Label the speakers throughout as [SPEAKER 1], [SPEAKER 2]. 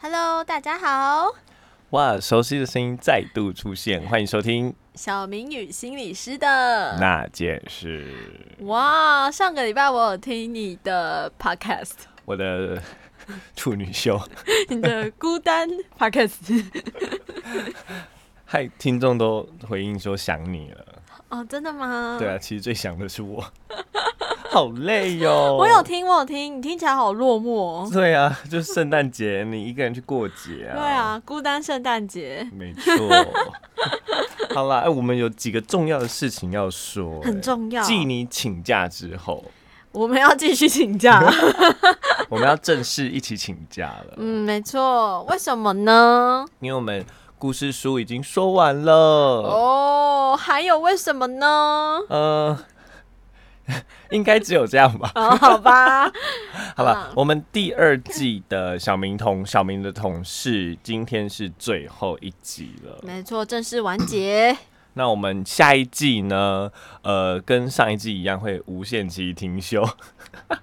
[SPEAKER 1] Hello，大家好，
[SPEAKER 2] 哇，熟悉的声音再度出 现，欢迎收听
[SPEAKER 1] 小明与心理师的
[SPEAKER 2] 那件事。
[SPEAKER 1] 哇，上个礼拜我有听你的 podcast，
[SPEAKER 2] 我的处女秀，
[SPEAKER 1] 你的孤单 podcast，
[SPEAKER 2] 嗨，听众都回应说想你了。
[SPEAKER 1] 哦，真的吗？
[SPEAKER 2] 对啊，其实最想的是我， 好累哟、
[SPEAKER 1] 我有。听，我有听，你听起来好落寞、哦。
[SPEAKER 2] 对啊，就是圣诞节，你一个人去过节啊。
[SPEAKER 1] 对，啊，孤单圣诞节
[SPEAKER 2] 没 错。好啦，哎、我们有几个重要的事情要说、
[SPEAKER 1] 很重要
[SPEAKER 2] 哎继你请假之 后，
[SPEAKER 1] 我们要继续请假。
[SPEAKER 2] 我们要正式一起请假了。
[SPEAKER 1] 嗯，没错，为什么呢？
[SPEAKER 2] 因为我们故事书已经说完了，
[SPEAKER 1] 哦，还有为什么 呢？。
[SPEAKER 2] 呃，应该只有这样吧
[SPEAKER 1] 哦，好吧，
[SPEAKER 2] 好了，我们第二季的小明同 小明的同事，今天是最后一集了。
[SPEAKER 1] 没错，正式完结。
[SPEAKER 2] 那我们下一季呢？呃，跟上一季一样会无限期停休。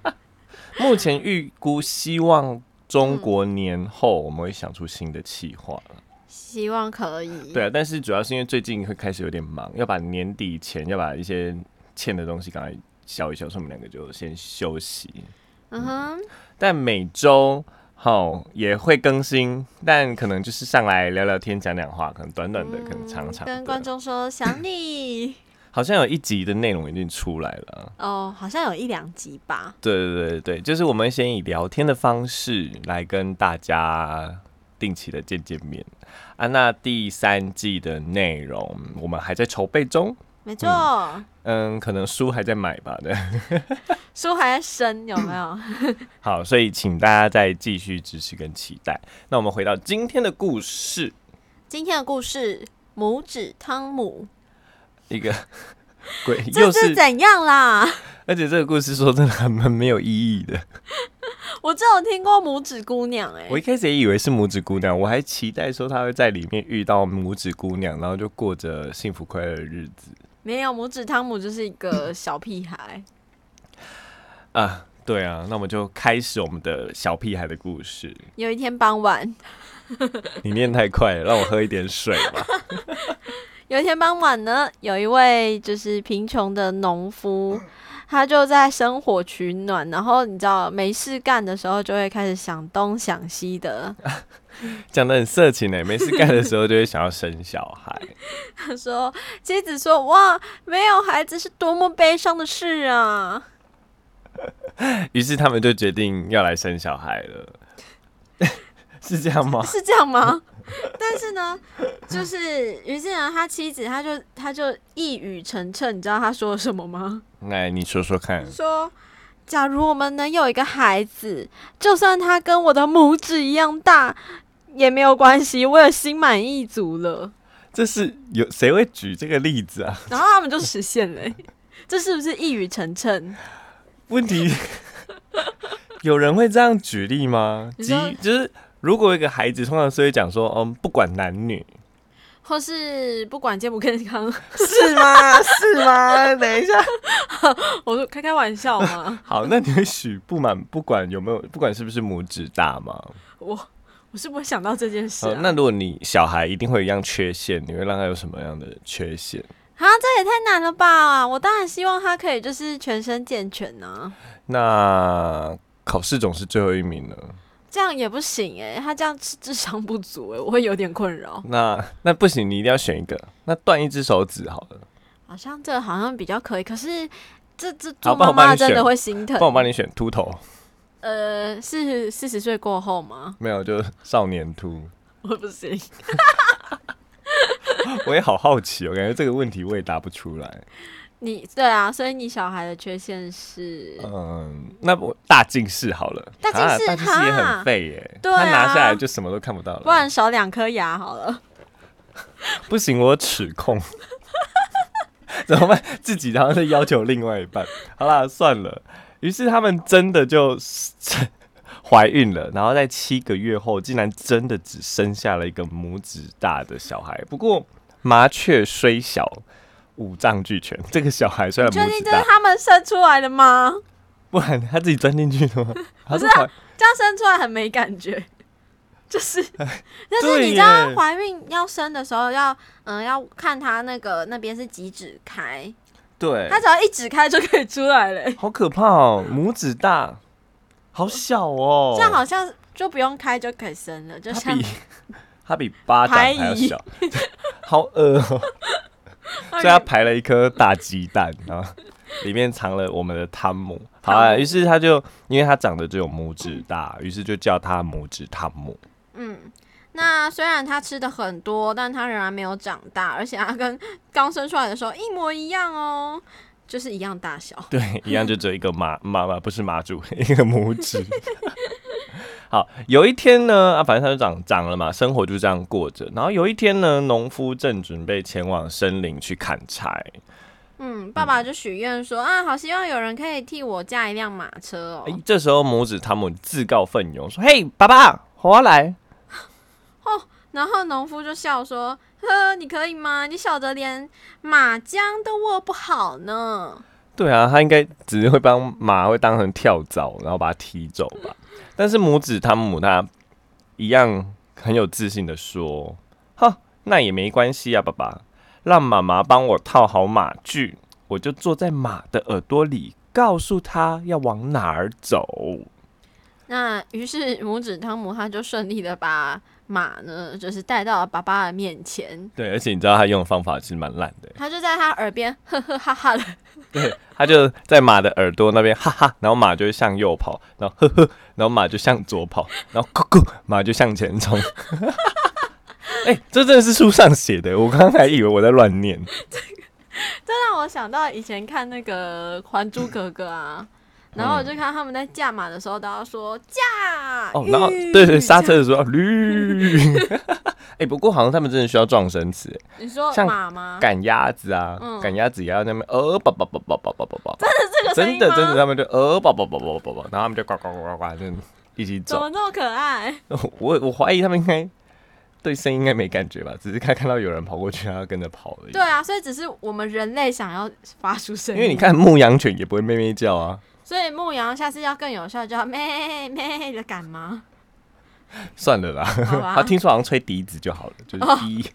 [SPEAKER 2] 目前预估希望中国年后我们会想出新的企划了。
[SPEAKER 1] 希望可以。
[SPEAKER 2] 对啊，但是主要是因为最近会开始有点忙，要把年底前要把一些欠的东西赶快消一消，所以我们两个就先休息。
[SPEAKER 1] 嗯哼，
[SPEAKER 2] 但每周好也会更新，但可能就是上来聊聊天、讲讲话，可能短短的，可能长长
[SPEAKER 1] 嗯
[SPEAKER 2] 的。
[SPEAKER 1] 跟观众说想 你。
[SPEAKER 2] 好像有一集的内容已经出来了。
[SPEAKER 1] 哦，好像有一两集吧。
[SPEAKER 2] 对对对对，就是我们先以聊天的方式来跟大家定期的见见面啊。那第三季的内容我们还在筹备中，
[SPEAKER 1] 没错，
[SPEAKER 2] 嗯，可能书还在买吧，对。
[SPEAKER 1] 书还在生，有没 有？
[SPEAKER 2] 好，所以请大家再继续支持跟期待。那我们回到今天的故事，
[SPEAKER 1] 今天的故事，拇指汤姆，
[SPEAKER 2] 一个鬼
[SPEAKER 1] 这
[SPEAKER 2] 又
[SPEAKER 1] 是
[SPEAKER 2] 是，
[SPEAKER 1] 怎样啦？
[SPEAKER 2] 而且这个故事说真的还蛮没有意义的。
[SPEAKER 1] 我只有听过拇指姑娘、欸，
[SPEAKER 2] 我一开始也以为是拇指姑娘，我还期待说她会在里面遇到拇指姑娘，然后就过着幸福快乐的日子
[SPEAKER 1] 没有，拇指汤姆就是一 个小屁孩。
[SPEAKER 2] 啊。对啊，那我们就开始我们的小屁孩的故事。
[SPEAKER 1] 有一天傍晚，
[SPEAKER 2] 你念太快了，让我喝一点水吧。
[SPEAKER 1] 有一天傍晚呢，有一位就是贫穷的农夫，
[SPEAKER 2] 嗯
[SPEAKER 1] 他就在生火取暖，然后你知道没事干的时候，就会开始想东想西的，
[SPEAKER 2] 讲的很色情呢、没事干的时候就会想要生小孩。
[SPEAKER 1] 他 说：“妻子说，哇，没有孩子是多么悲伤的事啊！
[SPEAKER 2] 于是他们就决定要来生小孩了， 是这样吗？
[SPEAKER 1] 是这样吗？”但是呢，就是于是呢，他妻子他就他就一语成谶，你知道他说了什么吗？
[SPEAKER 2] 来，哎你说说看。
[SPEAKER 1] 说：“假如我们能有一个孩子，就算他跟我的拇指一样大。”也没有关系，我也心满意足了。
[SPEAKER 2] 这是有谁会举这个例子啊？
[SPEAKER 1] 然后他们就实现了欸、这是不是一语成谶？
[SPEAKER 2] 问题有人会这样举例吗？
[SPEAKER 1] 你
[SPEAKER 2] 即
[SPEAKER 1] 说
[SPEAKER 2] 就是如果有一个孩子，通常是会讲说，嗯，不管男女，
[SPEAKER 1] 或是不管健不健康，
[SPEAKER 2] 是吗？是吗？等一下，
[SPEAKER 1] 我说开开玩笑嘛。
[SPEAKER 2] 好，那你会许不满，不管有没有，不管是不是拇指大吗？
[SPEAKER 1] 我我是不会想到这件事
[SPEAKER 2] 好，
[SPEAKER 1] 啊！
[SPEAKER 2] 那如果你小孩一定会有一样缺陷，你会让他有什么样的缺陷？
[SPEAKER 1] 啊，这也太难了吧！我当然希望他可以就是全身健全啊呢、
[SPEAKER 2] 那考试总是最后一名了。
[SPEAKER 1] 这样也不行诶、他这样智智商不足诶、欸我会有点困扰。
[SPEAKER 2] 那那不行，你一定要选一个。那断一只手指好 了，
[SPEAKER 1] 好像这好像比较可以，可是这这做
[SPEAKER 2] 帮
[SPEAKER 1] 妈
[SPEAKER 2] 我帮
[SPEAKER 1] 妈
[SPEAKER 2] 你选
[SPEAKER 1] 真的会心疼
[SPEAKER 2] 帮。我帮你选秃头，
[SPEAKER 1] 呃，四四十岁过后吗？
[SPEAKER 2] 没有就少年秃。
[SPEAKER 1] 我不行。
[SPEAKER 2] 我也好好奇哦，感觉这个问题我也答不出来。
[SPEAKER 1] 你对啊，所以你小孩的缺陷是，
[SPEAKER 2] 嗯，那我大近视好了，
[SPEAKER 1] 大近视
[SPEAKER 2] 啊大近视也
[SPEAKER 1] 哈
[SPEAKER 2] 很废耶，
[SPEAKER 1] 对啊
[SPEAKER 2] 他拿下来就什么都看不到
[SPEAKER 1] 不
[SPEAKER 2] 了。
[SPEAKER 1] 然少两颗牙好了。
[SPEAKER 2] 不行，我有齿控。 怎么办？自己然后再要求另外一半。好啦，算了。于是他们真的就怀孕了，然后在七个月后，竟然真的只生下了一个拇指大的小孩。不过麻雀虽小，五脏俱全。这个小孩虽
[SPEAKER 1] 你
[SPEAKER 2] 然
[SPEAKER 1] 确
[SPEAKER 2] 拇
[SPEAKER 1] 定
[SPEAKER 2] 指
[SPEAKER 1] 这是
[SPEAKER 2] 大，
[SPEAKER 1] 他们生出来的吗？
[SPEAKER 2] 不然他自己钻进去的吗？他
[SPEAKER 1] 不是啊
[SPEAKER 2] 是怀
[SPEAKER 1] 这样生出来很没感觉。 就是，但是你知
[SPEAKER 2] 哎耶
[SPEAKER 1] 道怀孕要生的时候要，嗯，要看它那个那边是几指开，
[SPEAKER 2] 对，
[SPEAKER 1] 它只要一指开就可以出来嘞、
[SPEAKER 2] 好可怕哦，拇指大，好小哦，
[SPEAKER 1] 这样好像就不用开就可以生了，就
[SPEAKER 2] 它
[SPEAKER 1] 像
[SPEAKER 2] 比它比巴掌还要小， 好恶 哦。 所以他排了一颗大鸡蛋，然后里面藏了我们的汤姆。好
[SPEAKER 1] 汤
[SPEAKER 2] 啊，
[SPEAKER 1] 姆
[SPEAKER 2] 于是他就因为他长得只有拇指大，于是就叫他拇指汤姆。
[SPEAKER 1] 嗯，那虽然它吃的很多，但它仍然没有长大，而且它跟刚生出来的时候一模一样哦，就是一样大小。
[SPEAKER 2] 对，一样就只有一个麻麻麻，不是麻竹，一个拇指。 好，有一天呢，啊，反正他就长长了嘛，生活就这样过着。然后有一天呢，农夫正准备前往森林去砍柴，
[SPEAKER 1] 嗯，爸爸就许愿说啊，好希望有人可以替我驾一辆马车哦
[SPEAKER 2] 哎、。这时候拇指汤姆自告奋勇说：“嘿，爸爸，我来。
[SPEAKER 1] 然后农夫就笑说：“呵，你可以吗？你晓得连马缰都握不好呢。””
[SPEAKER 2] 对啊，他应该只是会帮马会当成跳蚤，然后把它踢走吧。但是拇指汤姆他一样很有自信的说：“哈，那也没关系啊，爸爸，让妈妈帮我套好马具，我就坐在马的耳朵里，告诉他要往哪儿走。”
[SPEAKER 1] 那于是拇指汤姆他就顺利的把马呢，就是带到了爸爸的面前，
[SPEAKER 2] 对，而且你知道他用的方法其实蛮烂的，
[SPEAKER 1] 他就在他耳边呵呵哈哈的
[SPEAKER 2] 对，他就在马的耳朵那边哈哈，然后马就会向右跑，然后呵呵，然后马就向左跑， 然后咕咕，马就向前冲。 哎、这真的是书上写的，我刚刚还以为我在乱念。
[SPEAKER 1] 让我想到以前看那个《还珠格格》 啊，然后我就看他们在驾马的时候都要说驾
[SPEAKER 2] 哦，然后
[SPEAKER 1] 驭
[SPEAKER 2] 对对，刹
[SPEAKER 1] 这
[SPEAKER 2] 车
[SPEAKER 1] 样
[SPEAKER 2] 的时候绿。 哎、不过好像他们真的需要撞声词，
[SPEAKER 1] 你说
[SPEAKER 2] 像
[SPEAKER 1] 马吗？
[SPEAKER 2] 赶鸭子啊，
[SPEAKER 1] 嗯
[SPEAKER 2] 赶鸭子也要在那边呃叭叭叭叭叭叭叭叭，
[SPEAKER 1] 这个声
[SPEAKER 2] 真
[SPEAKER 1] 音
[SPEAKER 2] 的
[SPEAKER 1] 吗
[SPEAKER 2] 真的，他们就呃叭叭叭叭叭叭，然后他们就呱呱呱呱呱就一起
[SPEAKER 1] 怎
[SPEAKER 2] 走。
[SPEAKER 1] 么这么可爱？
[SPEAKER 2] 我我怀疑他们应该对声音应该没感觉吧，只是看看到有人跑过去，然后跟着跑而已。
[SPEAKER 1] 对，啊，所以只是我们人类想要发出声
[SPEAKER 2] 因
[SPEAKER 1] 音，
[SPEAKER 2] 为你，看牧羊犬也不会咩咩叫啊，
[SPEAKER 1] 所以牧羊下次要更有效，就要咩咩的赶 吗？
[SPEAKER 2] 算了啦。
[SPEAKER 1] 好啊哦吧
[SPEAKER 2] 他听说好像吹笛子就好了，就是笛。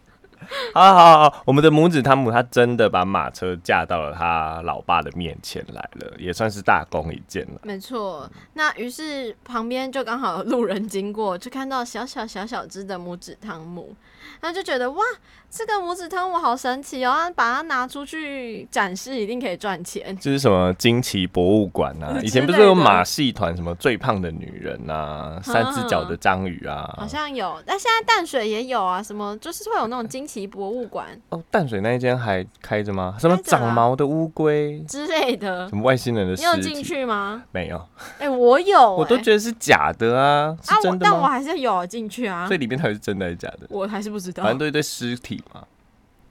[SPEAKER 2] 好好好好，我们的拇指汤姆他真的把马车架到了他老爸的面前来了，也算是大功一件了。
[SPEAKER 1] 没错，那于是旁边就刚好有路人经过，就看到小小小小只的拇指汤姆，他就觉得哇，这个拇指汤姆好神奇哦，他把它拿出去展示一定可以赚钱。
[SPEAKER 2] 就是什么惊奇博物馆啊，
[SPEAKER 1] 嗯
[SPEAKER 2] 以前不是有马戏团什么最胖的女人啊，三只脚的章鱼
[SPEAKER 1] 嗯好
[SPEAKER 2] 啊，
[SPEAKER 1] 像有，但现在淡水也有啊，什么就是会有那种惊奇博物馆
[SPEAKER 2] 哦，淡水那一间还开着吗？什么
[SPEAKER 1] 开着啊
[SPEAKER 2] 长毛的乌龟，
[SPEAKER 1] 之类的
[SPEAKER 2] 什。么外星人的
[SPEAKER 1] 你有
[SPEAKER 2] 尸
[SPEAKER 1] 进
[SPEAKER 2] 体？
[SPEAKER 1] 去吗？
[SPEAKER 2] 没有，
[SPEAKER 1] 哎、我有、哎
[SPEAKER 2] 我都觉得是假的啊，是
[SPEAKER 1] 啊，我
[SPEAKER 2] 真的
[SPEAKER 1] 但我
[SPEAKER 2] 吗？
[SPEAKER 1] 还是有进去啊
[SPEAKER 2] 所，以里面到底是真的还是假的？
[SPEAKER 1] 我还是不知道
[SPEAKER 2] 反。正都一堆尸体
[SPEAKER 1] 啊
[SPEAKER 2] 嘛。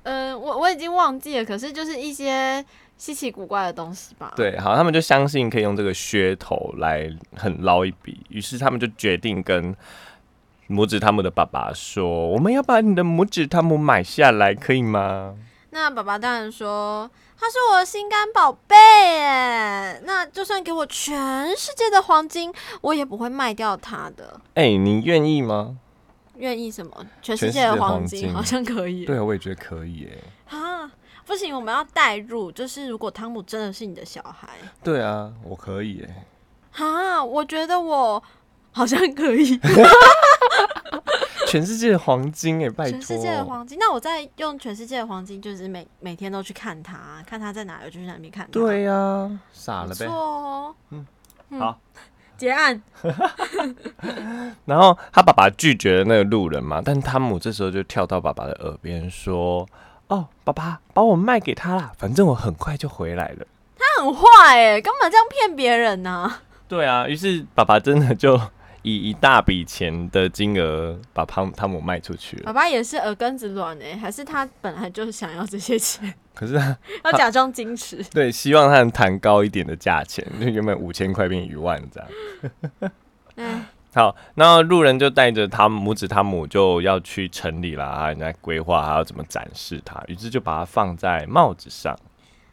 [SPEAKER 1] 嗯，我我已经忘记了，可是就是一些稀奇古怪的东西吧。
[SPEAKER 2] 对，好，他们就相信可以用这个噱头来很捞一笔，于是他们就决定跟拇指汤姆的爸爸说：“我们要把你的拇指汤姆买下来，可以吗
[SPEAKER 1] 那爸爸当然说，他是我的心肝宝贝耶，那就算给我全世界的黄金，我也不会卖掉它的。？”
[SPEAKER 2] 哎、你愿意吗？
[SPEAKER 1] 愿意什么？全
[SPEAKER 2] 全
[SPEAKER 1] 世
[SPEAKER 2] 世
[SPEAKER 1] 界的
[SPEAKER 2] 界黄
[SPEAKER 1] 黄
[SPEAKER 2] 金
[SPEAKER 1] 金好像可以
[SPEAKER 2] 对啊，我也觉得可以耶。
[SPEAKER 1] 啊！不行，我们要代入，就是如果汤姆真的是你的小孩
[SPEAKER 2] 对啊，我可以耶。
[SPEAKER 1] 啊，我觉得我好像可以。
[SPEAKER 2] 全世界的黄金哎，拜托！
[SPEAKER 1] 全世界的黄金，那我再用全世界的黄金，就是每每天都去看它，看它在哪，我就去那边看它。
[SPEAKER 2] 对呀、傻
[SPEAKER 1] 不
[SPEAKER 2] 了
[SPEAKER 1] 错
[SPEAKER 2] 呗。
[SPEAKER 1] 哦。嗯
[SPEAKER 2] 好，
[SPEAKER 1] 结案。
[SPEAKER 2] 然后他爸爸拒绝了那个路人嘛，但汤姆这时候就跳到爸爸的耳边说：“哦，爸爸，把我卖给他啦，反正我很快就回来了。
[SPEAKER 1] 他很坏哎、干嘛这样骗别人呢、”
[SPEAKER 2] 对啊，于是爸爸真的就以一大笔钱的金额把汤汤姆卖出去了。
[SPEAKER 1] 爸爸也是耳根子软哎、还是他本来就想要这些 钱，
[SPEAKER 2] 可是他
[SPEAKER 1] 要假装矜持。
[SPEAKER 2] 对希望他能谈高一点的价钱，就原本五千块变一万这样。
[SPEAKER 1] 哎，
[SPEAKER 2] 好，那路人就带着汤姆拇指汤姆就要去城里啦，啊人家规划还要怎么展示它，于是就把它放在帽子上。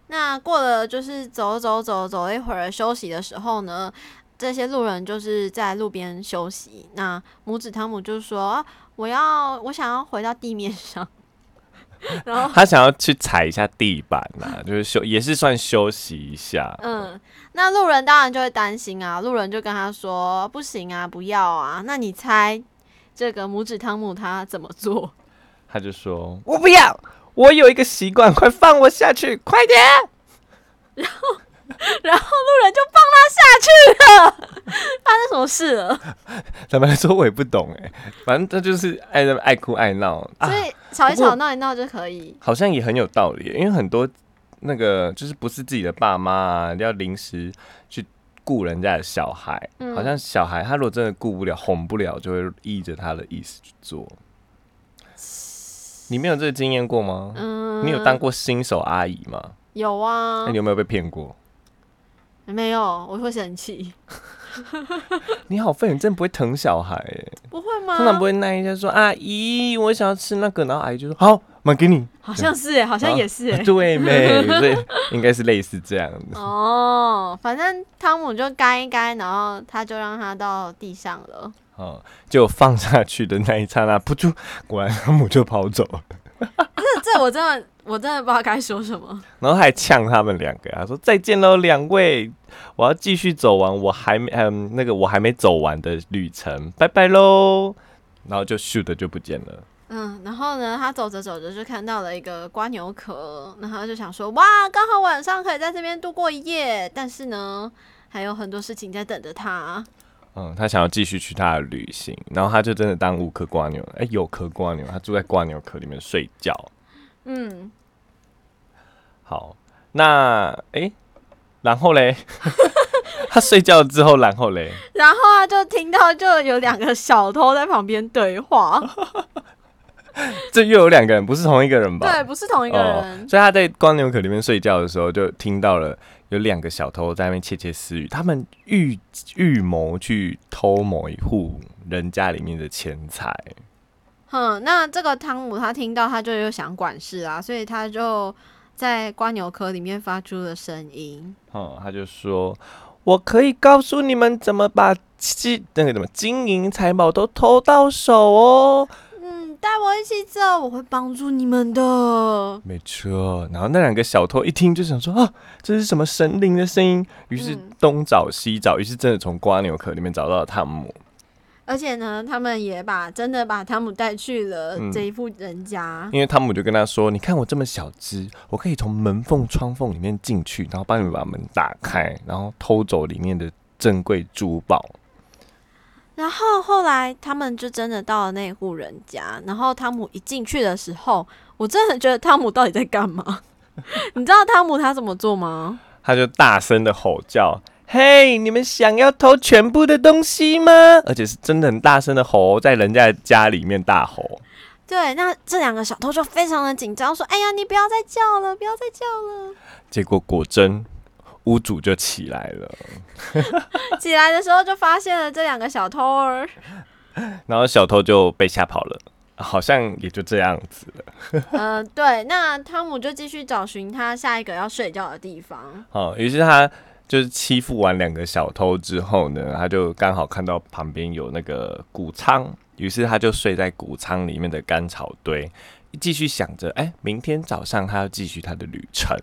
[SPEAKER 1] 那过了就是走走走走一会儿休息的时候呢，这些路人就是在路边休息，那拇指汤姆就说：“啊我要我想要回到地面上。” 然后，
[SPEAKER 2] 他想要去踩一下地板啊，就是休也是算休息一下。
[SPEAKER 1] 嗯，那路人当然就会担心啊，路人就跟他说：“不行啊，不要啊。”那你猜这个拇指汤姆他怎么做？
[SPEAKER 2] 他就说：“我不要，我有一个习惯，快放我下去，快点！”
[SPEAKER 1] 然后路人就放他下去了， 发生什么事了？
[SPEAKER 2] 坦白说，我也不懂哎、反正他就是爱那么爱哭爱闹啊
[SPEAKER 1] 所，以吵一
[SPEAKER 2] 不过
[SPEAKER 1] 吵闹一闹就可以。
[SPEAKER 2] 好像也很有道理，欸因为很多那个就是不是自己的爸妈啊，要临时去顾人家的小孩，
[SPEAKER 1] 嗯
[SPEAKER 2] 好像小孩他如果真的顾不了、哄不了，就会依着他的意思去做。你没有这个经验过吗？
[SPEAKER 1] 嗯，
[SPEAKER 2] 你有当哎过新手阿姨吗？
[SPEAKER 1] 有啊
[SPEAKER 2] 那、你有没有被骗过？
[SPEAKER 1] 没有，我会生气，
[SPEAKER 2] 你好废，你真的不会疼小孩哎、
[SPEAKER 1] 不会吗？
[SPEAKER 2] 通常不会耐一下说阿姨，我想要吃那个，然后阿姨就说好，买给你。
[SPEAKER 1] 好像是
[SPEAKER 2] 啊
[SPEAKER 1] 耶，好像也是欸耶。
[SPEAKER 2] 对妹，所以应该是类似这样的。
[SPEAKER 1] 哦，反正汤姆就干一干，然后他就让他到地上了。
[SPEAKER 2] 哦，就放下去的那一刹那，扑出，果然汤姆就跑走了，
[SPEAKER 1] 这这我真的我真的不知道该说什么。
[SPEAKER 2] 然后还呛他们两个，他啊说再见喽，两位，我要继续走完我还没嗯那个我还没走完的旅程，拜拜喽。然后就咻的就不见了，
[SPEAKER 1] 嗯，然后呢，他走着走着就看到了一个瓜牛壳，然后他就想说，哇，刚好晚上可以在这边度过一夜，但是呢，还有很多事情在等着他。
[SPEAKER 2] 嗯，他想要继续去他的旅行，然后他就真的当五颗瓜牛，哎、有颗瓜牛，他住在瓜牛壳里面睡觉。
[SPEAKER 1] 嗯，
[SPEAKER 2] 好，那哎、然后嘞， 他睡觉之后，然后嘞，
[SPEAKER 1] 然后啊，就听到就有两个小偷在旁边对 话，
[SPEAKER 2] 这又有两个人，不是同一个人吧？
[SPEAKER 1] 对，不是同一个人。
[SPEAKER 2] 哦。所以他在光牛壳里面睡觉的时候，就听到了有两个小偷在那边窃窃私语，他们预预谋去偷某一户人家里面的钱财。
[SPEAKER 1] 哼、那这个汤姆他听到他就有想管事啊，所以他就在瓜牛壳里面发出了声音。
[SPEAKER 2] 哦，他就说：“我可以告诉你们怎么把金那个什么金银财宝都偷到手哦。”
[SPEAKER 1] 嗯，带我一起走，我会帮助你们的。
[SPEAKER 2] 没错，然后那两个小偷一听就想说啊，这是什么神灵的声音？于是
[SPEAKER 1] 嗯
[SPEAKER 2] 东找西找，于是真的从瓜牛壳里面找到了汤姆。
[SPEAKER 1] 而且呢，他们也把真的把汤姆带去了
[SPEAKER 2] 嗯
[SPEAKER 1] 这一户人家。
[SPEAKER 2] 因为汤姆就跟他说：“你看我这么小只，我可以从门缝、窗缝里面进去，然后帮你们把门打开，然后偷走里面的珍贵珠宝。
[SPEAKER 1] 然后后来他们就真的到了那户人家，然后汤姆一进去的时候，我真的觉得汤姆到底在干嘛？ 你知道汤姆他怎么做吗？”
[SPEAKER 2] 他就大声的吼叫：“嘿，你们想要偷全部的东西吗？”而且是真的很大声的吼，在人家的家里面大吼。
[SPEAKER 1] 对，那这两个小偷就非常的紧张，说：“哎呀，你不要再叫了，不要再叫了。
[SPEAKER 2] 结果果真，屋主就起来了。”
[SPEAKER 1] 起来的时候就发现了这两个小偷儿。
[SPEAKER 2] 然后小偷就被吓跑了，好像也就这样子了。
[SPEAKER 1] 呃，对，那汤姆就继续找寻他下一个要睡觉的地方。
[SPEAKER 2] 哦，于是他就是欺负完两个小偷之后呢，他就刚好看到旁边有那个谷仓，于是他就睡在谷仓里面的干草堆，继续想着，哎，明天早上他要继续他的旅程。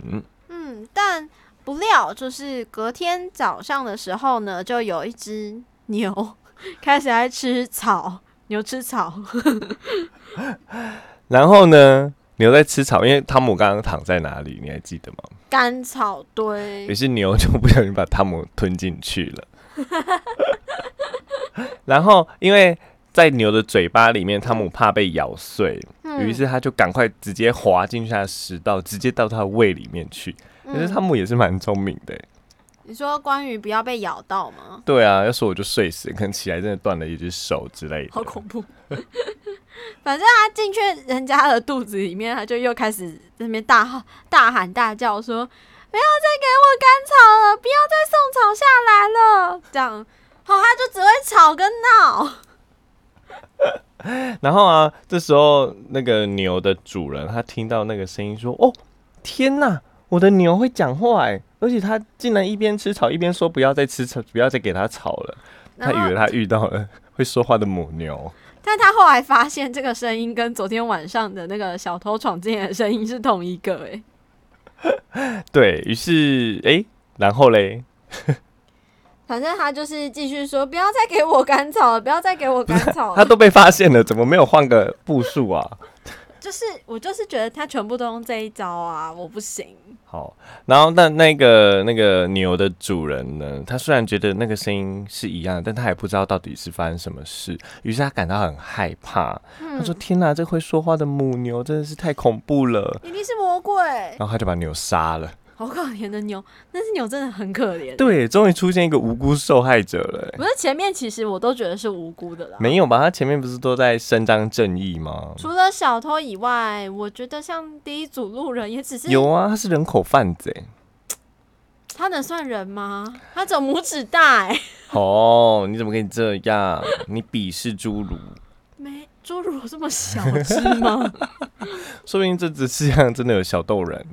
[SPEAKER 1] 嗯，但不料就是隔天早上的时候呢，就有一只牛 开始来吃草，牛吃 草。
[SPEAKER 2] 然后呢，牛在吃草，因为汤姆刚刚躺在哪里，你还记得吗？
[SPEAKER 1] 干草
[SPEAKER 2] 于
[SPEAKER 1] 堆，
[SPEAKER 2] 是牛就不小心把汤姆吞进去了。 然后因为在牛的嘴巴里面，汤姆怕被咬碎，
[SPEAKER 1] 嗯
[SPEAKER 2] 于是他就赶快直接滑进去他的食道，直接到他的胃里面去。
[SPEAKER 1] 嗯
[SPEAKER 2] 可是汤姆也是蛮聪明的欸、
[SPEAKER 1] 你说关于不要被咬到吗？
[SPEAKER 2] 对啊，要说我就睡死，可能起来真的断了一只手之类的。
[SPEAKER 1] 好恐怖！ 反正他进去人家的肚子里面，他就又开始在那边大吼大喊大叫说：“不要再给我干草了，不要再送草下来了。”这样，好、他就只会吵跟闹。
[SPEAKER 2] 然后啊，这时候那个牛的主人他听到那个声音说：“哦，天哪，我的牛会讲话哎、而且他竟然一边吃草一边说不要再吃草，不要再给他草了。他
[SPEAKER 1] 然
[SPEAKER 2] 以为
[SPEAKER 1] 后，
[SPEAKER 2] 他遇到了会说话的母牛。
[SPEAKER 1] 但他后来发现这个声音跟昨天晚上的那个小偷闯进来的声音是同一个、欸，诶，
[SPEAKER 2] 对于是，诶，然后嘞，
[SPEAKER 1] 反正他就是继续说，不要再给我甘草了，不要再给我甘草
[SPEAKER 2] 他
[SPEAKER 1] 了。
[SPEAKER 2] 都被发现了，怎么没有换个步数啊？
[SPEAKER 1] 就是我就是觉得他全部都用这一招啊，我不行。
[SPEAKER 2] 好，然后那那个那个牛的主人呢，他虽然觉得那个声音是一样的，但他也不知道到底是发生什么事，于是他感到很害怕。他说：“天哪，这会说话的母牛真的是太恐怖了！”
[SPEAKER 1] 一定是魔鬼，
[SPEAKER 2] 然后他就把牛杀了。
[SPEAKER 1] 好可怜的牛， 那只牛真的很可怜。
[SPEAKER 2] 对，终于出现一个无辜受害者了、诶
[SPEAKER 1] 不是前面其实我都觉得是无辜的啦，
[SPEAKER 2] 没有吧？他前面不是都在伸张正义吗？
[SPEAKER 1] 除了小偷以外，我觉得像第一组路人也只是
[SPEAKER 2] 有啊，他是人口贩子、诶
[SPEAKER 1] 他能算人吗？他只有拇指大哎、
[SPEAKER 2] 哦，你怎么可以这样？你鄙视侏儒？
[SPEAKER 1] 没侏儒这么小只 吗？
[SPEAKER 2] 说不定这只世界上真的有小豆人。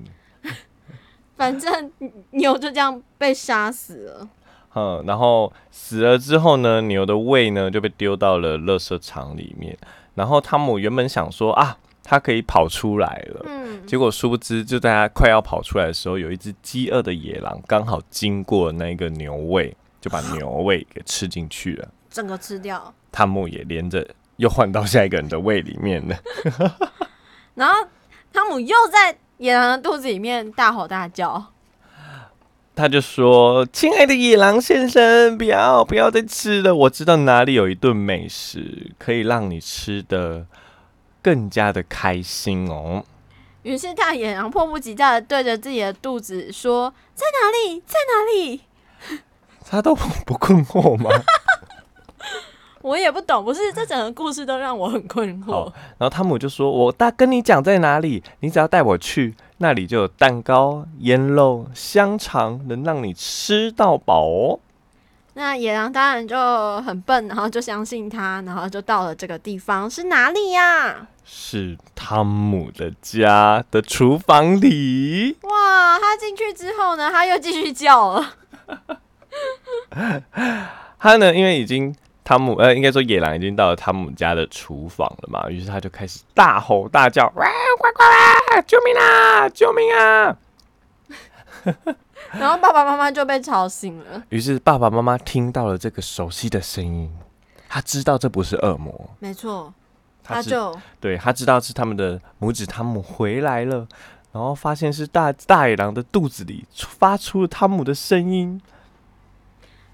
[SPEAKER 1] 反正牛就这样被杀死了。
[SPEAKER 2] 嗯，然后死了之后呢，牛的胃呢就被丢到了垃圾场里面。然后汤姆原本想说啊，它可以跑出来了，
[SPEAKER 1] 嗯，
[SPEAKER 2] 结果殊不知，就在它快要跑出来的时候，有一只饥饿的野狼刚好经过那个牛胃，就把牛胃给吃进去了。
[SPEAKER 1] 整个吃掉。
[SPEAKER 2] 汤姆也连着又换到下一个人的胃里面了。
[SPEAKER 1] 然后汤姆又在野狼的肚子里面大吼大叫，
[SPEAKER 2] 他就说：“亲爱的野狼先生，不要不要再吃了，我知道哪里有一顿美食可以让你吃的更加的开心哦。
[SPEAKER 1] 于是大野狼迫不及待的对着自己的肚子说：“在哪里？在哪里？””
[SPEAKER 2] 他都不困惑吗？
[SPEAKER 1] 我也不懂，不是这整个故事都让我很困惑
[SPEAKER 2] 好。然后汤姆就说：“我大跟你讲在哪里，你只要带我去，那里就有蛋糕、腌肉、香肠，能让你吃到饱哦。
[SPEAKER 1] 那野狼当然就很笨，然后就相信他，然后就到了这个地方是哪里呀、”
[SPEAKER 2] 是汤姆的家的厨房里。
[SPEAKER 1] 哇，他进去之后呢，他又继续叫了。
[SPEAKER 2] 他呢，因为已经汤姆呃，应该说野狼已经到了汤姆家的厨房了嘛，于是他就开始大吼大叫：“喂，快快啦！救命啊！救命啊！”
[SPEAKER 1] 然后爸爸妈妈就被吵醒了。
[SPEAKER 2] 于是爸爸妈妈听到了这个熟悉的声音，他知道这不是恶魔，
[SPEAKER 1] 没错，
[SPEAKER 2] 他
[SPEAKER 1] 他
[SPEAKER 2] 知
[SPEAKER 1] 就
[SPEAKER 2] 对他知道是他们的拇指汤姆回来了，然后发现是大大野狼的肚子里出发出了汤姆的声音，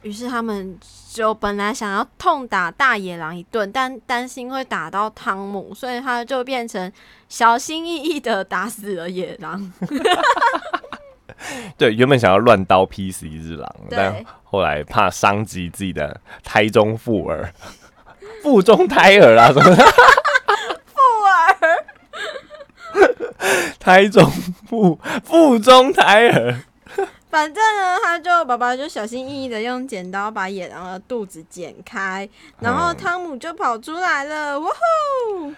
[SPEAKER 1] 于是他们就本来想要痛打大野狼一顿，但担心会打到汤姆，所以他就变成小心翼翼的打死了野狼。
[SPEAKER 2] 对，原本想要乱刀劈死一只狼，但
[SPEAKER 1] 对
[SPEAKER 2] 后来怕伤及自己的胎中妇儿， 腹中胎儿啊，什么的
[SPEAKER 1] 不儿，
[SPEAKER 2] 胎中腹腹中胎儿，
[SPEAKER 1] 反正呢，他就爸爸就小心翼翼的用剪刀把野狼的肚子剪开，然后
[SPEAKER 2] 嗯
[SPEAKER 1] 汤姆就跑出来了，哇吼！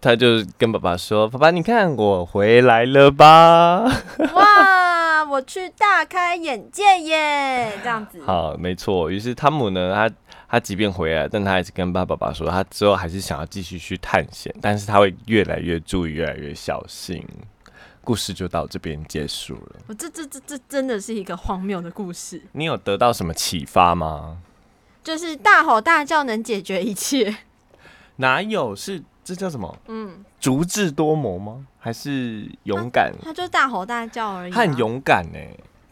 [SPEAKER 2] 他就跟爸爸说：“爸爸，你看我回来了吧
[SPEAKER 1] 哇，我去大开眼界耶！这样子？”，
[SPEAKER 2] 好，没错。于是汤姆呢，他他即便回来，但他还是跟爸爸爸说，他之后还是想要继续去探险，但是他会越来越注意，越来越小心。故事就到这边结束了。
[SPEAKER 1] 我这这这这真的是一个荒谬的故事，
[SPEAKER 2] 你有得到什么启发吗？
[SPEAKER 1] 就是大吼大叫能解决一切。
[SPEAKER 2] 哪有是这叫什么？
[SPEAKER 1] 嗯，
[SPEAKER 2] 足智多谋吗？还是勇敢？
[SPEAKER 1] 他就大吼大叫而已、啊。
[SPEAKER 2] 他很勇敢呢、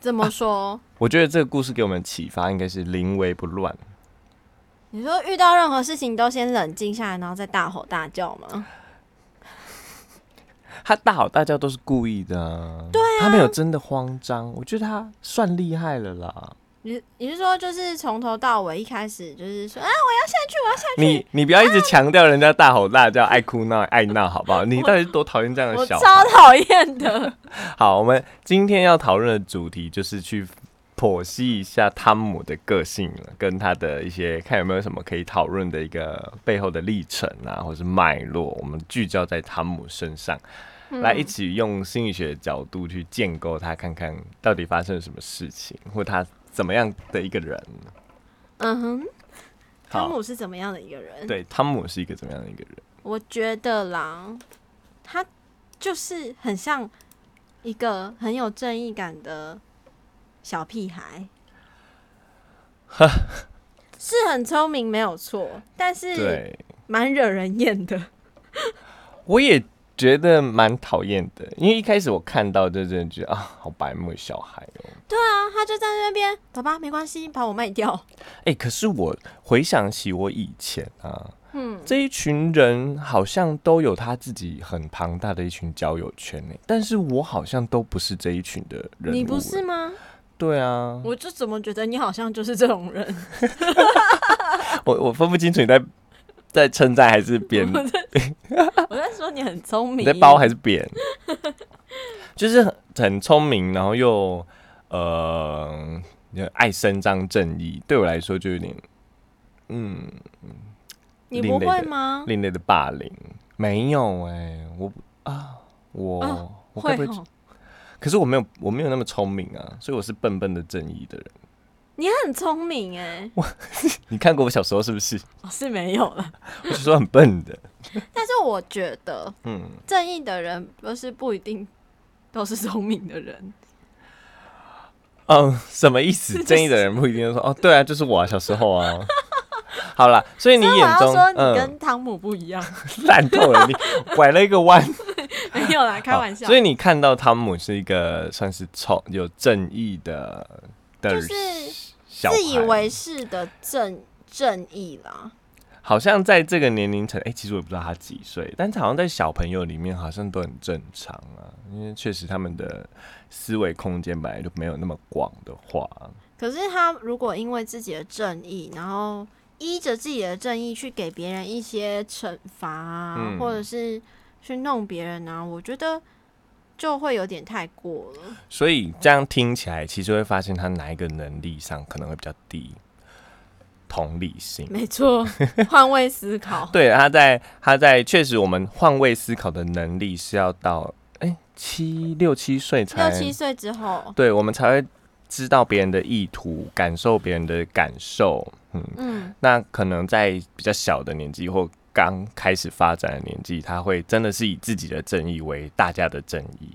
[SPEAKER 1] 怎么说？
[SPEAKER 2] 我觉得这个故事给我们启发应该是临危不乱。
[SPEAKER 1] 你说遇到任何事情都先冷静下来，然后再大吼大叫吗？
[SPEAKER 2] 他大吼大叫都是故意的、啊，对、他没有真的慌张。我觉得他算厉害了啦。
[SPEAKER 1] 你你是说就是从头到尾一开始就是说啊，我要下去，我要下去。
[SPEAKER 2] 你你不要一直强调人家大吼大叫、爱哭闹、爱闹，好不好？你到底是多讨厌这样
[SPEAKER 1] 我
[SPEAKER 2] 的小
[SPEAKER 1] 超
[SPEAKER 2] 孩？
[SPEAKER 1] 讨厌的。
[SPEAKER 2] 好，我们今天要讨论的主题就是去剖析一下汤姆的个性了，跟他的一些看有没有什么可以讨论的一个背后的历程啊，或是脉络。我们聚焦在汤姆身上。
[SPEAKER 1] 嗯
[SPEAKER 2] 来一起用心理学的角度去建构他，看看到底发生了什么事情，或他怎么样的一个人。
[SPEAKER 1] 嗯哼，汤
[SPEAKER 2] 好，
[SPEAKER 1] 姆是怎么样的一个人？
[SPEAKER 2] 对，汤姆是一个怎么样的一个人？
[SPEAKER 1] 我觉得啦，他就是很像一个很有正义感的小屁孩，是很聪明没有错，但是
[SPEAKER 2] 对，
[SPEAKER 1] 蛮惹人厌的。
[SPEAKER 2] 我也觉得蛮讨厌的，因为一开始我看到就真的觉得啊，好白目的小孩哦、
[SPEAKER 1] 啊，他就站在那边，走吧，没关系，把我卖掉。
[SPEAKER 2] 哎、可是我回想起我以前啊，嗯，这一群人好像都有他自己很庞大的一群交友圈呢、但是我好像都不是这一群的人、欸
[SPEAKER 1] 你不是？吗？
[SPEAKER 2] 对啊，
[SPEAKER 1] 我就怎么觉得你好像就是这种 人？
[SPEAKER 2] 我我分不清楚你在在称赞还是 贬，
[SPEAKER 1] 我在说你很聪明，
[SPEAKER 2] 你在包还是 贬，就是很很聪明，然后又呃爱伸张正义，对我来说就有点嗯
[SPEAKER 1] 你不
[SPEAKER 2] 另类
[SPEAKER 1] 会
[SPEAKER 2] 的
[SPEAKER 1] 吗？
[SPEAKER 2] 另类的霸凌。没有哎、我不啊我、
[SPEAKER 1] 啊
[SPEAKER 2] 我该不会？
[SPEAKER 1] 哦，
[SPEAKER 2] 可是我没有我没有那么聪明啊，所以我是笨笨的正义的人。
[SPEAKER 1] 你很聪明哎、
[SPEAKER 2] 你看过我小时候是不是？
[SPEAKER 1] 我哦是没有了。
[SPEAKER 2] 我小时候很笨的，
[SPEAKER 1] 但是我觉得
[SPEAKER 2] 嗯。
[SPEAKER 1] 正义的人不是不一定都是聪明的人，
[SPEAKER 2] 嗯，什么 意思？正义的人不一定都说哦，对啊，就是我啊，小时候啊。 好啦，所以你
[SPEAKER 1] 所以我
[SPEAKER 2] 眼
[SPEAKER 1] 要
[SPEAKER 2] 中
[SPEAKER 1] 说你
[SPEAKER 2] 嗯
[SPEAKER 1] 跟汤姆不一样，
[SPEAKER 2] 烂透了，你拐了一个弯，
[SPEAKER 1] 没有啦，开玩笑。
[SPEAKER 2] 好所以你看到汤姆是一个算是臭有正义的的
[SPEAKER 1] 就是
[SPEAKER 2] 小孩，
[SPEAKER 1] 自以为是的正正义啦，
[SPEAKER 2] 好像在这个年龄层，哎、其实我也不知道他几岁，但是好像在小朋友里面好像都很正常啊，因为确实他们的思维空间本来就没有那么广的话，
[SPEAKER 1] 可是他如果因为自己的正义，然后依着自己的正义去给别人一些惩罚啊，
[SPEAKER 2] 嗯
[SPEAKER 1] 或者是去弄别人啊，我觉得就会有点太过了。
[SPEAKER 2] 所以这样听起来，其实会发现他哪一个能力上可能会比较低，同理心。
[SPEAKER 1] 没错，换位思考。
[SPEAKER 2] 对，他在他在确实，我们换位思考的能力是要到哎、七六七岁 才
[SPEAKER 1] 六七岁之后，
[SPEAKER 2] 对我们才会知道别人的意图，感受别人的感受。嗯，
[SPEAKER 1] 嗯，
[SPEAKER 2] 那可能在比较小的年纪或刚开始发展的年纪，他会真的是以自己的正义为大家的正义。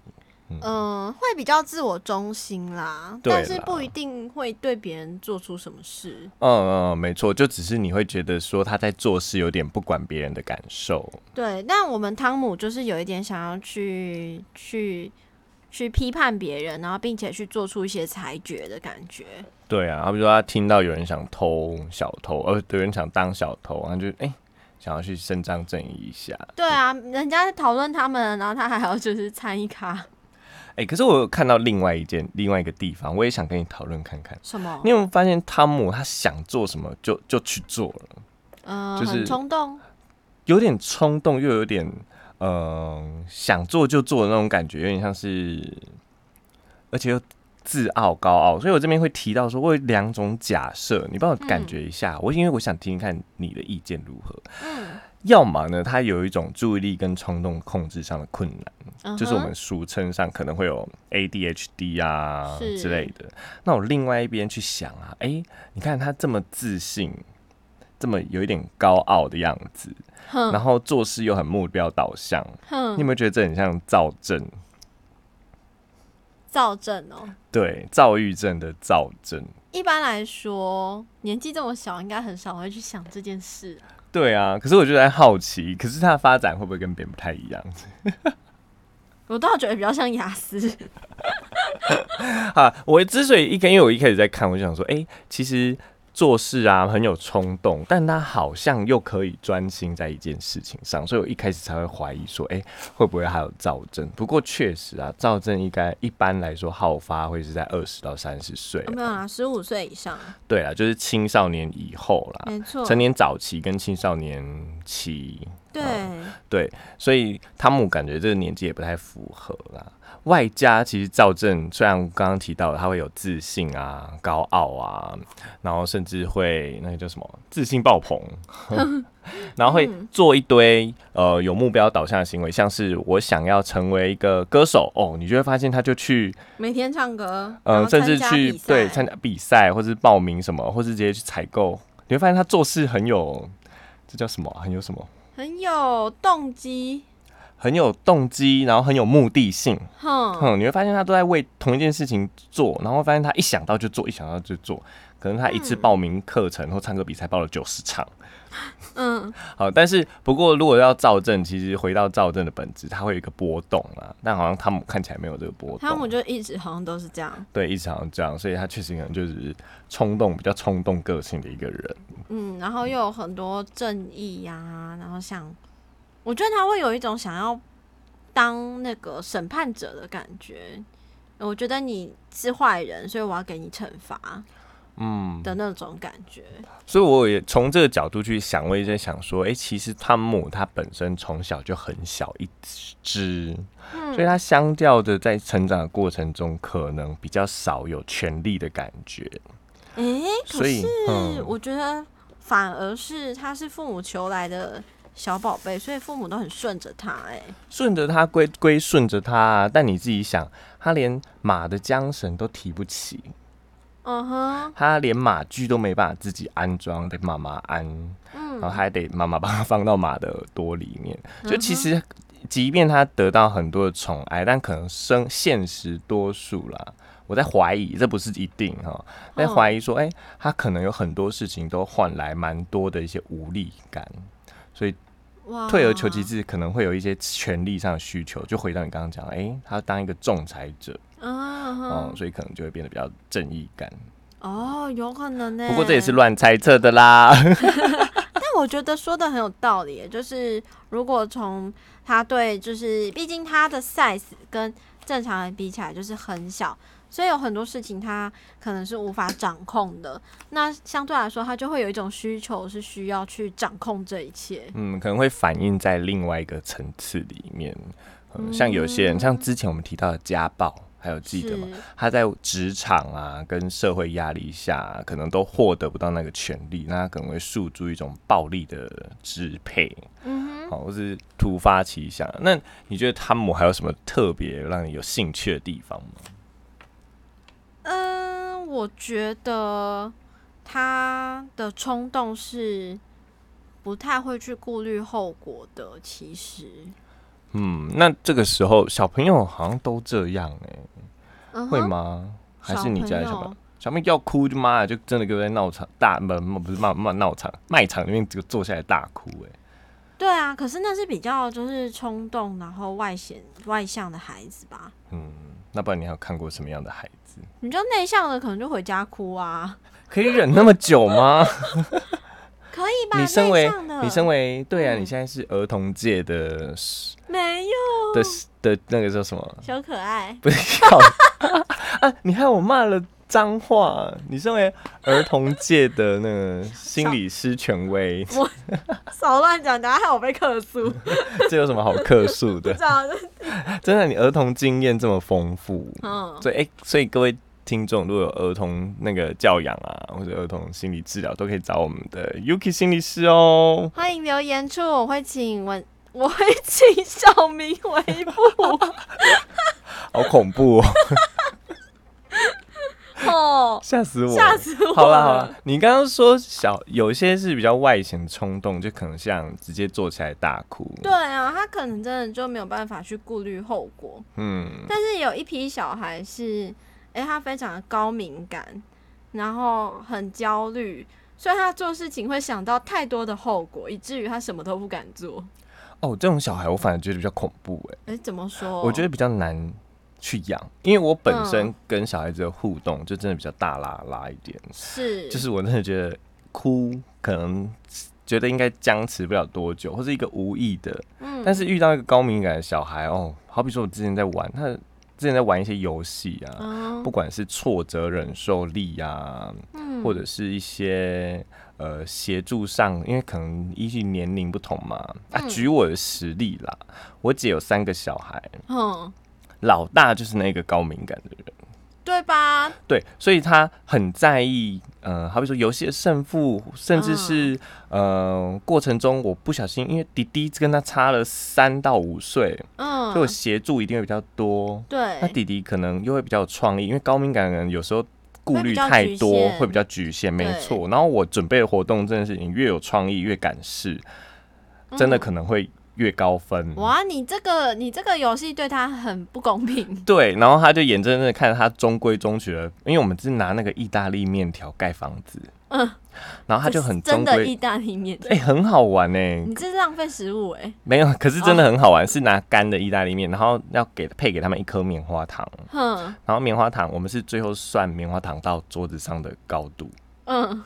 [SPEAKER 1] 嗯，会比较自我中心啦，
[SPEAKER 2] 对
[SPEAKER 1] 但是
[SPEAKER 2] 啦
[SPEAKER 1] 不一定会对别人做出什么事。
[SPEAKER 2] 嗯嗯，没错，就只是你会觉得说他在做事有点不管别人的感受，
[SPEAKER 1] 对，但我们汤姆就是有一点想要去去去批判别人，然后并且去做出一些裁决的感觉。
[SPEAKER 2] 对啊，好比说他听到有人想偷小偷，呃，有人想当小偷，他就哎、想要去伸张正义一下。
[SPEAKER 1] 对啊，人家在讨论他们，然后他还要就是参一咖
[SPEAKER 2] 哎、可是我有看到另外一件另外一个地方，我也想跟你讨论看看，
[SPEAKER 1] 什么
[SPEAKER 2] 你，有没有发现汤姆他想做什么就就去做了，
[SPEAKER 1] 嗯、
[SPEAKER 2] 就是
[SPEAKER 1] 很冲动，
[SPEAKER 2] 有点冲动又有点嗯、呃想做就做的那种感觉，有点像是，而且又自傲高傲，所以我这边会提到说，我有两种假设，你帮我感觉一下，我因为我想听听看你的意见如何。
[SPEAKER 1] 嗯，
[SPEAKER 2] 要么呢，他有一种注意力跟冲动控制上的困难，
[SPEAKER 1] 嗯
[SPEAKER 2] 就是我们
[SPEAKER 1] 哼
[SPEAKER 2] 俗称上可能会有 ADHD 啊
[SPEAKER 1] 是
[SPEAKER 2] 之类的。那我另外一边去想啊，哎、你看他这么自信，这么有一点高傲的样子，
[SPEAKER 1] 哼嗯
[SPEAKER 2] 然后做事又很目标导向，你有
[SPEAKER 1] 哼
[SPEAKER 2] 没有觉得这很像躁症？
[SPEAKER 1] 躁症哦。
[SPEAKER 2] 对，躁郁症的躁症。
[SPEAKER 1] 一般来说，年纪这么小，应该很少会去想这件事。
[SPEAKER 2] 对啊，可是我就在好奇，可是他的发展会不会跟别人不太一样？
[SPEAKER 1] 我倒觉得比较像雅思，
[SPEAKER 2] 啊，我之所以一开，因为我一开始在看，我就想说，哎、其实做事啊很有冲动，但他好像又可以专心在一件事情上，所以我一开始才会怀疑说，哎、会不会还有躁症？不过确实啊，躁症应该一般来说好发会是在二十到三十岁啊，
[SPEAKER 1] 没有啦，十五岁以上，
[SPEAKER 2] 对啊，就是青少年以后啦，
[SPEAKER 1] 没错，
[SPEAKER 2] 成年早期跟青少年期，
[SPEAKER 1] 对，
[SPEAKER 2] 对，所以汤姆感觉这个年纪也不太符合啦。外加其实赵正虽然刚刚提到了他会有自信啊、高傲啊，然后甚至会那个叫什么自信 爆棚，然后会做一堆呃有目标导向的行为，像是我想要成为一个歌手哦，你就会发现他就去
[SPEAKER 1] 每天唱歌，然
[SPEAKER 2] 嗯、
[SPEAKER 1] 后
[SPEAKER 2] 甚至
[SPEAKER 1] 参加
[SPEAKER 2] 去
[SPEAKER 1] 比赛
[SPEAKER 2] 对参加比赛，或是报名什么，或是直接去采购，你会发现他做事很有这叫什么啊？很有什么？
[SPEAKER 1] 很有动机，
[SPEAKER 2] 很有动机，然后很有目的性。
[SPEAKER 1] 哼，
[SPEAKER 2] 哼，你会发现他都在为同一件事情做，然后发现他一想到就做，一想到就做。可能他一次报名课程或唱歌比赛报了九十场，
[SPEAKER 1] 嗯，
[SPEAKER 2] 好，但是不过如果要造正，其实回到造正的本质，它会有一个波动啊。但好像汤姆看起来没有这个波动，
[SPEAKER 1] 汤姆就一直好像都是这样，
[SPEAKER 2] 对一直好像这样，所以他确实可能就是冲动比较冲动个性的一个人。
[SPEAKER 1] 嗯，然后又有很多正义呀、然后想，我觉得他会有一种想要当那个审判者的感觉。我觉得你是坏人，所以我要给你惩罚
[SPEAKER 2] 嗯，
[SPEAKER 1] 的那种感觉。
[SPEAKER 2] 所以我也从这个角度去想，我也在想说，诶，其实汤姆他本身从小就很小一只，
[SPEAKER 1] 嗯
[SPEAKER 2] 所以他相较的在成长的过程中，可能比较少有权力的感觉。
[SPEAKER 1] 诶、可
[SPEAKER 2] 所以
[SPEAKER 1] 是
[SPEAKER 2] 嗯
[SPEAKER 1] 我觉得反而是他是父母求来的小宝贝，所以父母都很顺着他、欸诶，
[SPEAKER 2] 顺着他归归顺着他啊，但你自己想，他连马的缰绳都提不起，
[SPEAKER 1] 嗯哼，
[SPEAKER 2] 他连马具都没办法自己安装，得妈妈安，然后还得妈妈帮他放到马的耳朵里面。就其实，即便他得到很多的宠爱，但可能生现实多数啦。我在怀疑，这不是一定哈，在
[SPEAKER 1] 嗯
[SPEAKER 2] 怀疑说，哎、他可能有很多事情都换来蛮多的一些无力感，所以
[SPEAKER 1] 哇，
[SPEAKER 2] 退而求其，次，可能会有一些权利上的需求。就回到你刚刚讲，哎、他当一个仲裁者，
[SPEAKER 1] 嗯
[SPEAKER 2] 嗯，
[SPEAKER 1] 哼，
[SPEAKER 2] 所以可能就会变得比较正义感。
[SPEAKER 1] 哦，有可能呢、
[SPEAKER 2] 不过这也是乱猜测的啦。
[SPEAKER 1] 但我觉得说的很有道理，就是如果从他对，就是毕竟他的 size 跟正常人比起来就是很小，所以有很多事情他可能是无法掌控的。那相对来说，他就会有一种需求是需要去掌控这一切。
[SPEAKER 2] 嗯，可能会反映在另外一个层次里面。嗯，像有些人，像之前我们提到的家暴，还有记得吗？
[SPEAKER 1] 是
[SPEAKER 2] 他在职场啊，跟社会压力下，可能都获得不到那个权利，那他可能会诉诸一种暴力的支配，
[SPEAKER 1] 嗯
[SPEAKER 2] 好、或是突发奇想。那你觉得汤姆还有什么特别让你有兴趣的地方吗？
[SPEAKER 1] 哼，嗯，我觉得他的冲动是不太会去顾虑后果的，其实。
[SPEAKER 2] 嗯，那这个时候小朋友好像都这样哎、
[SPEAKER 1] 嗯
[SPEAKER 2] 会
[SPEAKER 1] 哼
[SPEAKER 2] 吗？还是你家的
[SPEAKER 1] 小
[SPEAKER 2] 小朋
[SPEAKER 1] 朋
[SPEAKER 2] 友
[SPEAKER 1] 友？
[SPEAKER 2] 小妹要哭就妈呀，就真的给我在闹场大门不是骂骂闹场卖场里面就坐下来大哭哎、
[SPEAKER 1] 对啊，可是那是比较就是冲动，然后外显外向的孩子吧。
[SPEAKER 2] 嗯，那不然你还有看过什么样的孩子？
[SPEAKER 1] 你知道内向的可能就回家哭啊，
[SPEAKER 2] 可以忍那么久 吗？
[SPEAKER 1] 可以吧？
[SPEAKER 2] 你身为
[SPEAKER 1] 内向的
[SPEAKER 2] 你身为对啊，
[SPEAKER 1] 嗯
[SPEAKER 2] 你现在是儿童界的
[SPEAKER 1] 没有
[SPEAKER 2] 的的那个叫什么？
[SPEAKER 1] 小可爱，
[SPEAKER 2] 不是靠啊！你害我骂了脏话。你身为儿童界的那个心理师权威，
[SPEAKER 1] 少乱讲，等下害我被克诉。
[SPEAKER 2] 这有什么好客诉 的？
[SPEAKER 1] 这样，
[SPEAKER 2] 真的，你儿童经验这么丰富，
[SPEAKER 1] 嗯，
[SPEAKER 2] 所以，哎、所以各位听众，如果有儿童那个教养啊，或者儿童心理治疗，都可以找我们的 Yuki 心理师哦。
[SPEAKER 1] 欢迎留言处，我会请文，我会请小明回 复。
[SPEAKER 2] 好恐怖哦，
[SPEAKER 1] 哦，
[SPEAKER 2] 吓死我！
[SPEAKER 1] 吓死我！
[SPEAKER 2] 好了好了，，你刚刚说小有一些是比较外显的冲动，就可能像直接坐起来大哭。
[SPEAKER 1] 对，啊，他可能真的就没有办法去顾虑后果。
[SPEAKER 2] 嗯，
[SPEAKER 1] 但是有一批小孩是，诶，他非常的高敏感，然后很焦虑，所以他做事情会想到太多的后果，以至于他什么都不敢做。
[SPEAKER 2] 哦，这种小孩我反而觉得比较恐怖哎、
[SPEAKER 1] 诶，怎么说？
[SPEAKER 2] 我觉得比较难去养，因为我本身
[SPEAKER 1] 哦嗯
[SPEAKER 2] 跟小孩子的互动就真的比较大拉拉一点。
[SPEAKER 1] 是，
[SPEAKER 2] 就是我真的觉得哭可能觉得应该僵持不了多久，或是一个无意的，
[SPEAKER 1] 嗯
[SPEAKER 2] 但是遇到一个高敏感的小孩哦，好比说我之前在玩他之前在玩一些游戏啊，
[SPEAKER 1] 嗯
[SPEAKER 2] 不管是挫折忍受力啊，或者是一些呃协助上，因为可能依据年龄不同嘛。啊，
[SPEAKER 1] 嗯
[SPEAKER 2] 举我的实例啦，我姐有三个小孩，
[SPEAKER 1] 嗯，
[SPEAKER 2] 老大就是那个高敏感的人，
[SPEAKER 1] 对吧？
[SPEAKER 2] 对，所以他很在意，呃，好比说游戏的胜负，甚至是、
[SPEAKER 1] 嗯
[SPEAKER 2] 呃过程中我不小心，因为弟弟跟他差了三到五岁，
[SPEAKER 1] 嗯
[SPEAKER 2] 所以，我协助一定会比较多。那
[SPEAKER 1] 对，
[SPEAKER 2] 弟弟可能又会比较有创意，因为高敏感的人有时候顾虑太多，会
[SPEAKER 1] 会
[SPEAKER 2] 比
[SPEAKER 1] 比
[SPEAKER 2] 较局限，没
[SPEAKER 1] 对
[SPEAKER 2] 错。然后我准备的活动真的是，你越有创意越敢试，真的
[SPEAKER 1] 嗯
[SPEAKER 2] 可能会越高分。
[SPEAKER 1] 哇，你这个你这个游戏对他很不公平。
[SPEAKER 2] 对，然后他就眼睁睁的看着他中规中矩的，因为我们是拿那个意大利面条盖房子，
[SPEAKER 1] 嗯，
[SPEAKER 2] 然 后他就
[SPEAKER 1] 这
[SPEAKER 2] 很
[SPEAKER 1] 是 真
[SPEAKER 2] 中
[SPEAKER 1] 的
[SPEAKER 2] 规
[SPEAKER 1] 意，大利 面，
[SPEAKER 2] 哎、很好玩呢、欸
[SPEAKER 1] 你这是浪费食物哎。
[SPEAKER 2] 没有，可是真的很好玩，是拿干的意大利面，然后要给配给他们一颗棉花糖，
[SPEAKER 1] 哼，
[SPEAKER 2] 然后棉花糖我们是最后算棉花糖到桌子上的高度，
[SPEAKER 1] 嗯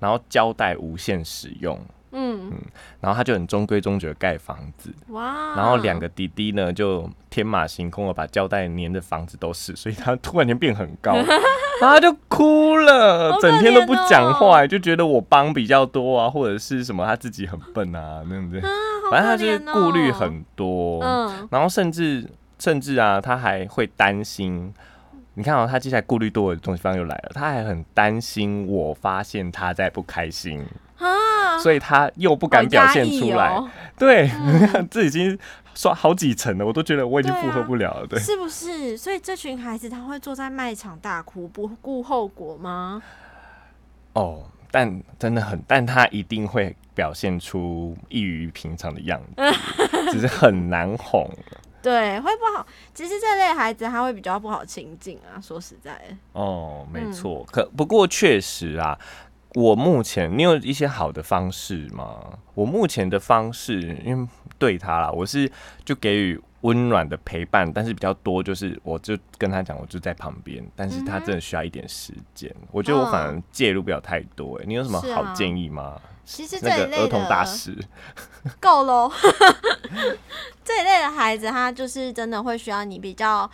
[SPEAKER 2] 然后胶带无限使用，
[SPEAKER 1] 嗯，
[SPEAKER 2] 然后他就很中规中矩的盖房子，
[SPEAKER 1] 哇。
[SPEAKER 2] 然后两个弟弟呢就天马行空的把胶带粘的房子都是，所以他突然间变很 高，然后他就哭了，
[SPEAKER 1] 好可怜
[SPEAKER 2] 整
[SPEAKER 1] 哦
[SPEAKER 2] 天都不讲话，就觉得我帮比较多啊，或者是什么他自己很笨啊，那样子，
[SPEAKER 1] 好
[SPEAKER 2] 反正他
[SPEAKER 1] 可
[SPEAKER 2] 就是
[SPEAKER 1] 怜哦
[SPEAKER 2] 顾虑很多，
[SPEAKER 1] 嗯
[SPEAKER 2] 然后甚至甚至啊，他还会担心。你看哦，他接下来顾虑多的东西方又来了，他还很担心我发现他在不开心，
[SPEAKER 1] 啊，
[SPEAKER 2] 所以他又不敢
[SPEAKER 1] 好
[SPEAKER 2] 表
[SPEAKER 1] 压
[SPEAKER 2] 现
[SPEAKER 1] 抑
[SPEAKER 2] 出来。
[SPEAKER 1] 哦
[SPEAKER 2] 对，这已经刷好几层了，我都觉得我已经
[SPEAKER 1] 对
[SPEAKER 2] 负荷
[SPEAKER 1] 啊
[SPEAKER 2] 不了了。对，
[SPEAKER 1] 是不是？所以这群孩子他会坐在卖场大哭，不顾后果吗？
[SPEAKER 2] 哦，但真的很，但他一定会表现出异于平常的样 子，只是很难哄。
[SPEAKER 1] 对，会不好。其实这类孩子他会比较不好亲近啊，说实在的，
[SPEAKER 2] 哦，没
[SPEAKER 1] 嗯
[SPEAKER 2] 错。可不过确实啊，我目前你有一些好的方式吗？我目前的方式，因为对他啦，我是就给予温暖的陪伴，但是比较多就是我就跟他讲，我就在旁边，但是他
[SPEAKER 1] 嗯哼嗯
[SPEAKER 2] 真的需要一点时间。我觉得我反而介入不了太多、欸。你有什么
[SPEAKER 1] 是
[SPEAKER 2] 好
[SPEAKER 1] 啊
[SPEAKER 2] 建议吗？
[SPEAKER 1] 其实这
[SPEAKER 2] 那
[SPEAKER 1] 一
[SPEAKER 2] 个儿
[SPEAKER 1] 类
[SPEAKER 2] 童大
[SPEAKER 1] 的
[SPEAKER 2] 使，
[SPEAKER 1] 够喽。 这一类的孩子，他就是真的会需要你比较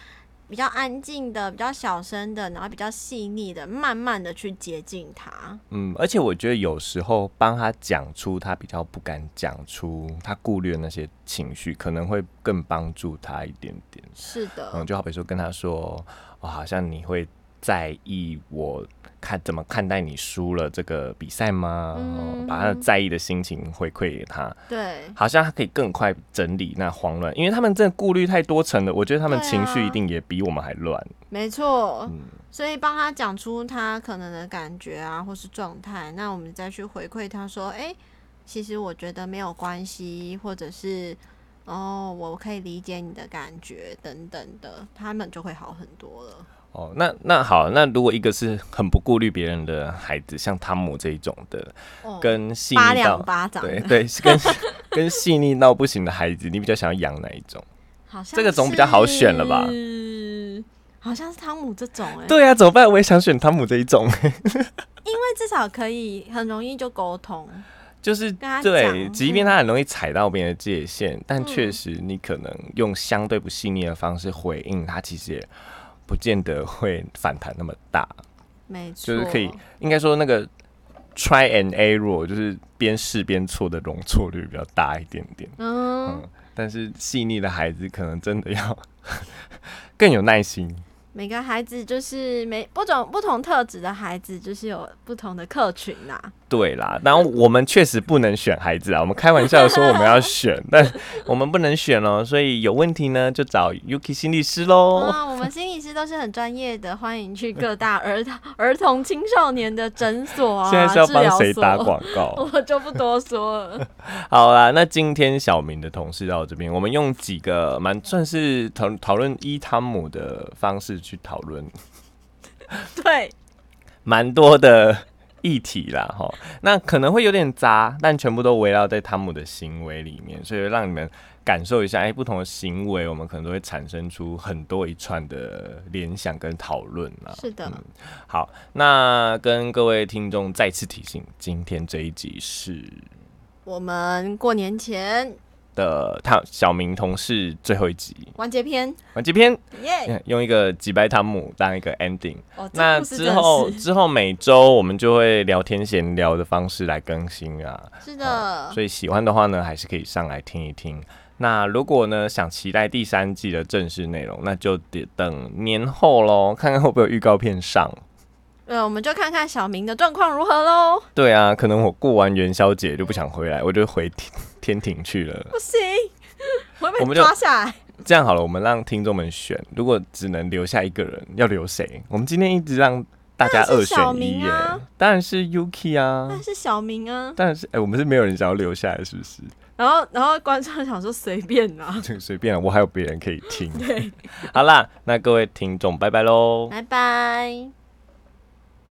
[SPEAKER 1] 比较安静的、比较小声的，然后比较细腻的，慢慢的去接近他。
[SPEAKER 2] 嗯，而且我觉得有时候帮他讲出他比较不敢讲出他顾虑的那些情绪，可能会更帮助他一点点。
[SPEAKER 1] 是的，
[SPEAKER 2] 嗯，就好比说跟他说，哦，好像你会在意我看怎么看待你输了这个比赛吗？哦，把他的
[SPEAKER 1] 嗯
[SPEAKER 2] 在意的心情回馈给他，
[SPEAKER 1] 对，
[SPEAKER 2] 好像他可以更快整理那慌乱，因为他们真的顾虑太多层了，我觉得他们
[SPEAKER 1] 对
[SPEAKER 2] 情绪一
[SPEAKER 1] 啊
[SPEAKER 2] 定也比我们还乱。
[SPEAKER 1] 没错。
[SPEAKER 2] 嗯
[SPEAKER 1] 所以帮他讲出他可能的感觉啊，或是状态，那我们再去回馈他说，诶，其实我觉得没有关系，或者是哦，我可以理解你的感觉等等的，他们就会好很多了。
[SPEAKER 2] 哦，那那好，那如果一个是很不顾虑别人的孩子，像汤姆这一种的，
[SPEAKER 1] 哦，
[SPEAKER 2] 跟细
[SPEAKER 1] 八
[SPEAKER 2] 腻到
[SPEAKER 1] 两巴掌，
[SPEAKER 2] 对对，是跟跟细腻到不行的孩子，你比较想要养哪一种？
[SPEAKER 1] 好像
[SPEAKER 2] 这个总比较好选了吧
[SPEAKER 1] 是？好像是汤姆这种哎、
[SPEAKER 2] 对呀、啊怎么办？我也想选汤姆这一 种。
[SPEAKER 1] 因为至少可以很容易就沟通，
[SPEAKER 2] 就是
[SPEAKER 1] 他
[SPEAKER 2] 对，
[SPEAKER 1] 讲
[SPEAKER 2] 即便他很容易踩到别人的界限，但
[SPEAKER 1] 嗯
[SPEAKER 2] 确实你可能用相对不细腻的方式回应他，其实也不见得会反弹那么大。
[SPEAKER 1] 没错，
[SPEAKER 2] 就是可以，应该说那个 try and error，就是边试边错的容错率比较大一点点。
[SPEAKER 1] 嗯
[SPEAKER 2] 嗯，但是细腻的孩子可能真的要 更有耐心。
[SPEAKER 1] 每个孩子就是每不同不同特质的孩子，就是有不同的客群啊呐、
[SPEAKER 2] 对啦，然后我们确实不能选孩子啊，我们开玩笑说我们要选，但我们不能选 哦，所以有问题呢就找 Yuki 心理师喽。
[SPEAKER 1] 啊，我们心理师都是很专业的，欢迎去各大儿童 儿童青少年的诊所啊，
[SPEAKER 2] 现在是要帮谁
[SPEAKER 1] 治
[SPEAKER 2] 打
[SPEAKER 1] 疗所？
[SPEAKER 2] 广告？
[SPEAKER 1] 我就不多说了。
[SPEAKER 2] 好啦，那今天小明的同事到这边，我们用几个蛮算是讨讨论伊汤姆的方式去讨论
[SPEAKER 1] 对，
[SPEAKER 2] 蛮多的议题啦，哈。那可能会有点杂，但全部都围绕在汤姆的行为里面，所以让你们感受一下，哎、不同的行为，我们可能都会产生出很多一串的联想跟讨论啦。
[SPEAKER 1] 是的，
[SPEAKER 2] 好，那跟各位听众再次提醒，今天这一集是
[SPEAKER 1] 我们过年前
[SPEAKER 2] 的他小明同事最后一集
[SPEAKER 1] 完结篇，
[SPEAKER 2] 完结篇，
[SPEAKER 1] 耶！
[SPEAKER 2] 用一个几白汤姆当一个 ending。
[SPEAKER 1] 哦，哎这
[SPEAKER 2] 嗯那
[SPEAKER 1] 故事
[SPEAKER 2] 之
[SPEAKER 1] 真的
[SPEAKER 2] 后
[SPEAKER 1] 是
[SPEAKER 2] 之后每周我们就会聊天闲聊的方式来更新啊，
[SPEAKER 1] 是的，
[SPEAKER 2] 所以喜欢的话呢，还是可以上来听一听。那如果呢想期待第三季的正式内容，那就得等年后喽，看看会不会有预告片上。
[SPEAKER 1] 呃，我们就看看小明的状况如何 喽。
[SPEAKER 2] 对啊，可能我过完元宵节就不想回来，我就回天天庭去了。
[SPEAKER 1] 不 行，我会
[SPEAKER 2] 我
[SPEAKER 1] 被
[SPEAKER 2] 们就
[SPEAKER 1] 抓下来。
[SPEAKER 2] 这样好了，我们让听众们选，如果只能留下一个人，要留谁？我们今天一直让大
[SPEAKER 1] 当
[SPEAKER 2] 家
[SPEAKER 1] 然
[SPEAKER 2] 二
[SPEAKER 1] 是
[SPEAKER 2] 选
[SPEAKER 1] 小
[SPEAKER 2] 一
[SPEAKER 1] 明
[SPEAKER 2] 耶
[SPEAKER 1] 啊，
[SPEAKER 2] 当然是 Yuki 啊
[SPEAKER 1] 但，是小明啊，
[SPEAKER 2] 当然是哎、我们是没有人想要留下来，是不是？
[SPEAKER 1] 然后然后观众想说随便啦，
[SPEAKER 2] 就随便了，我还有别人可以听。
[SPEAKER 1] 对，
[SPEAKER 2] 好啦，那各位听众，拜拜喽。
[SPEAKER 1] 拜拜。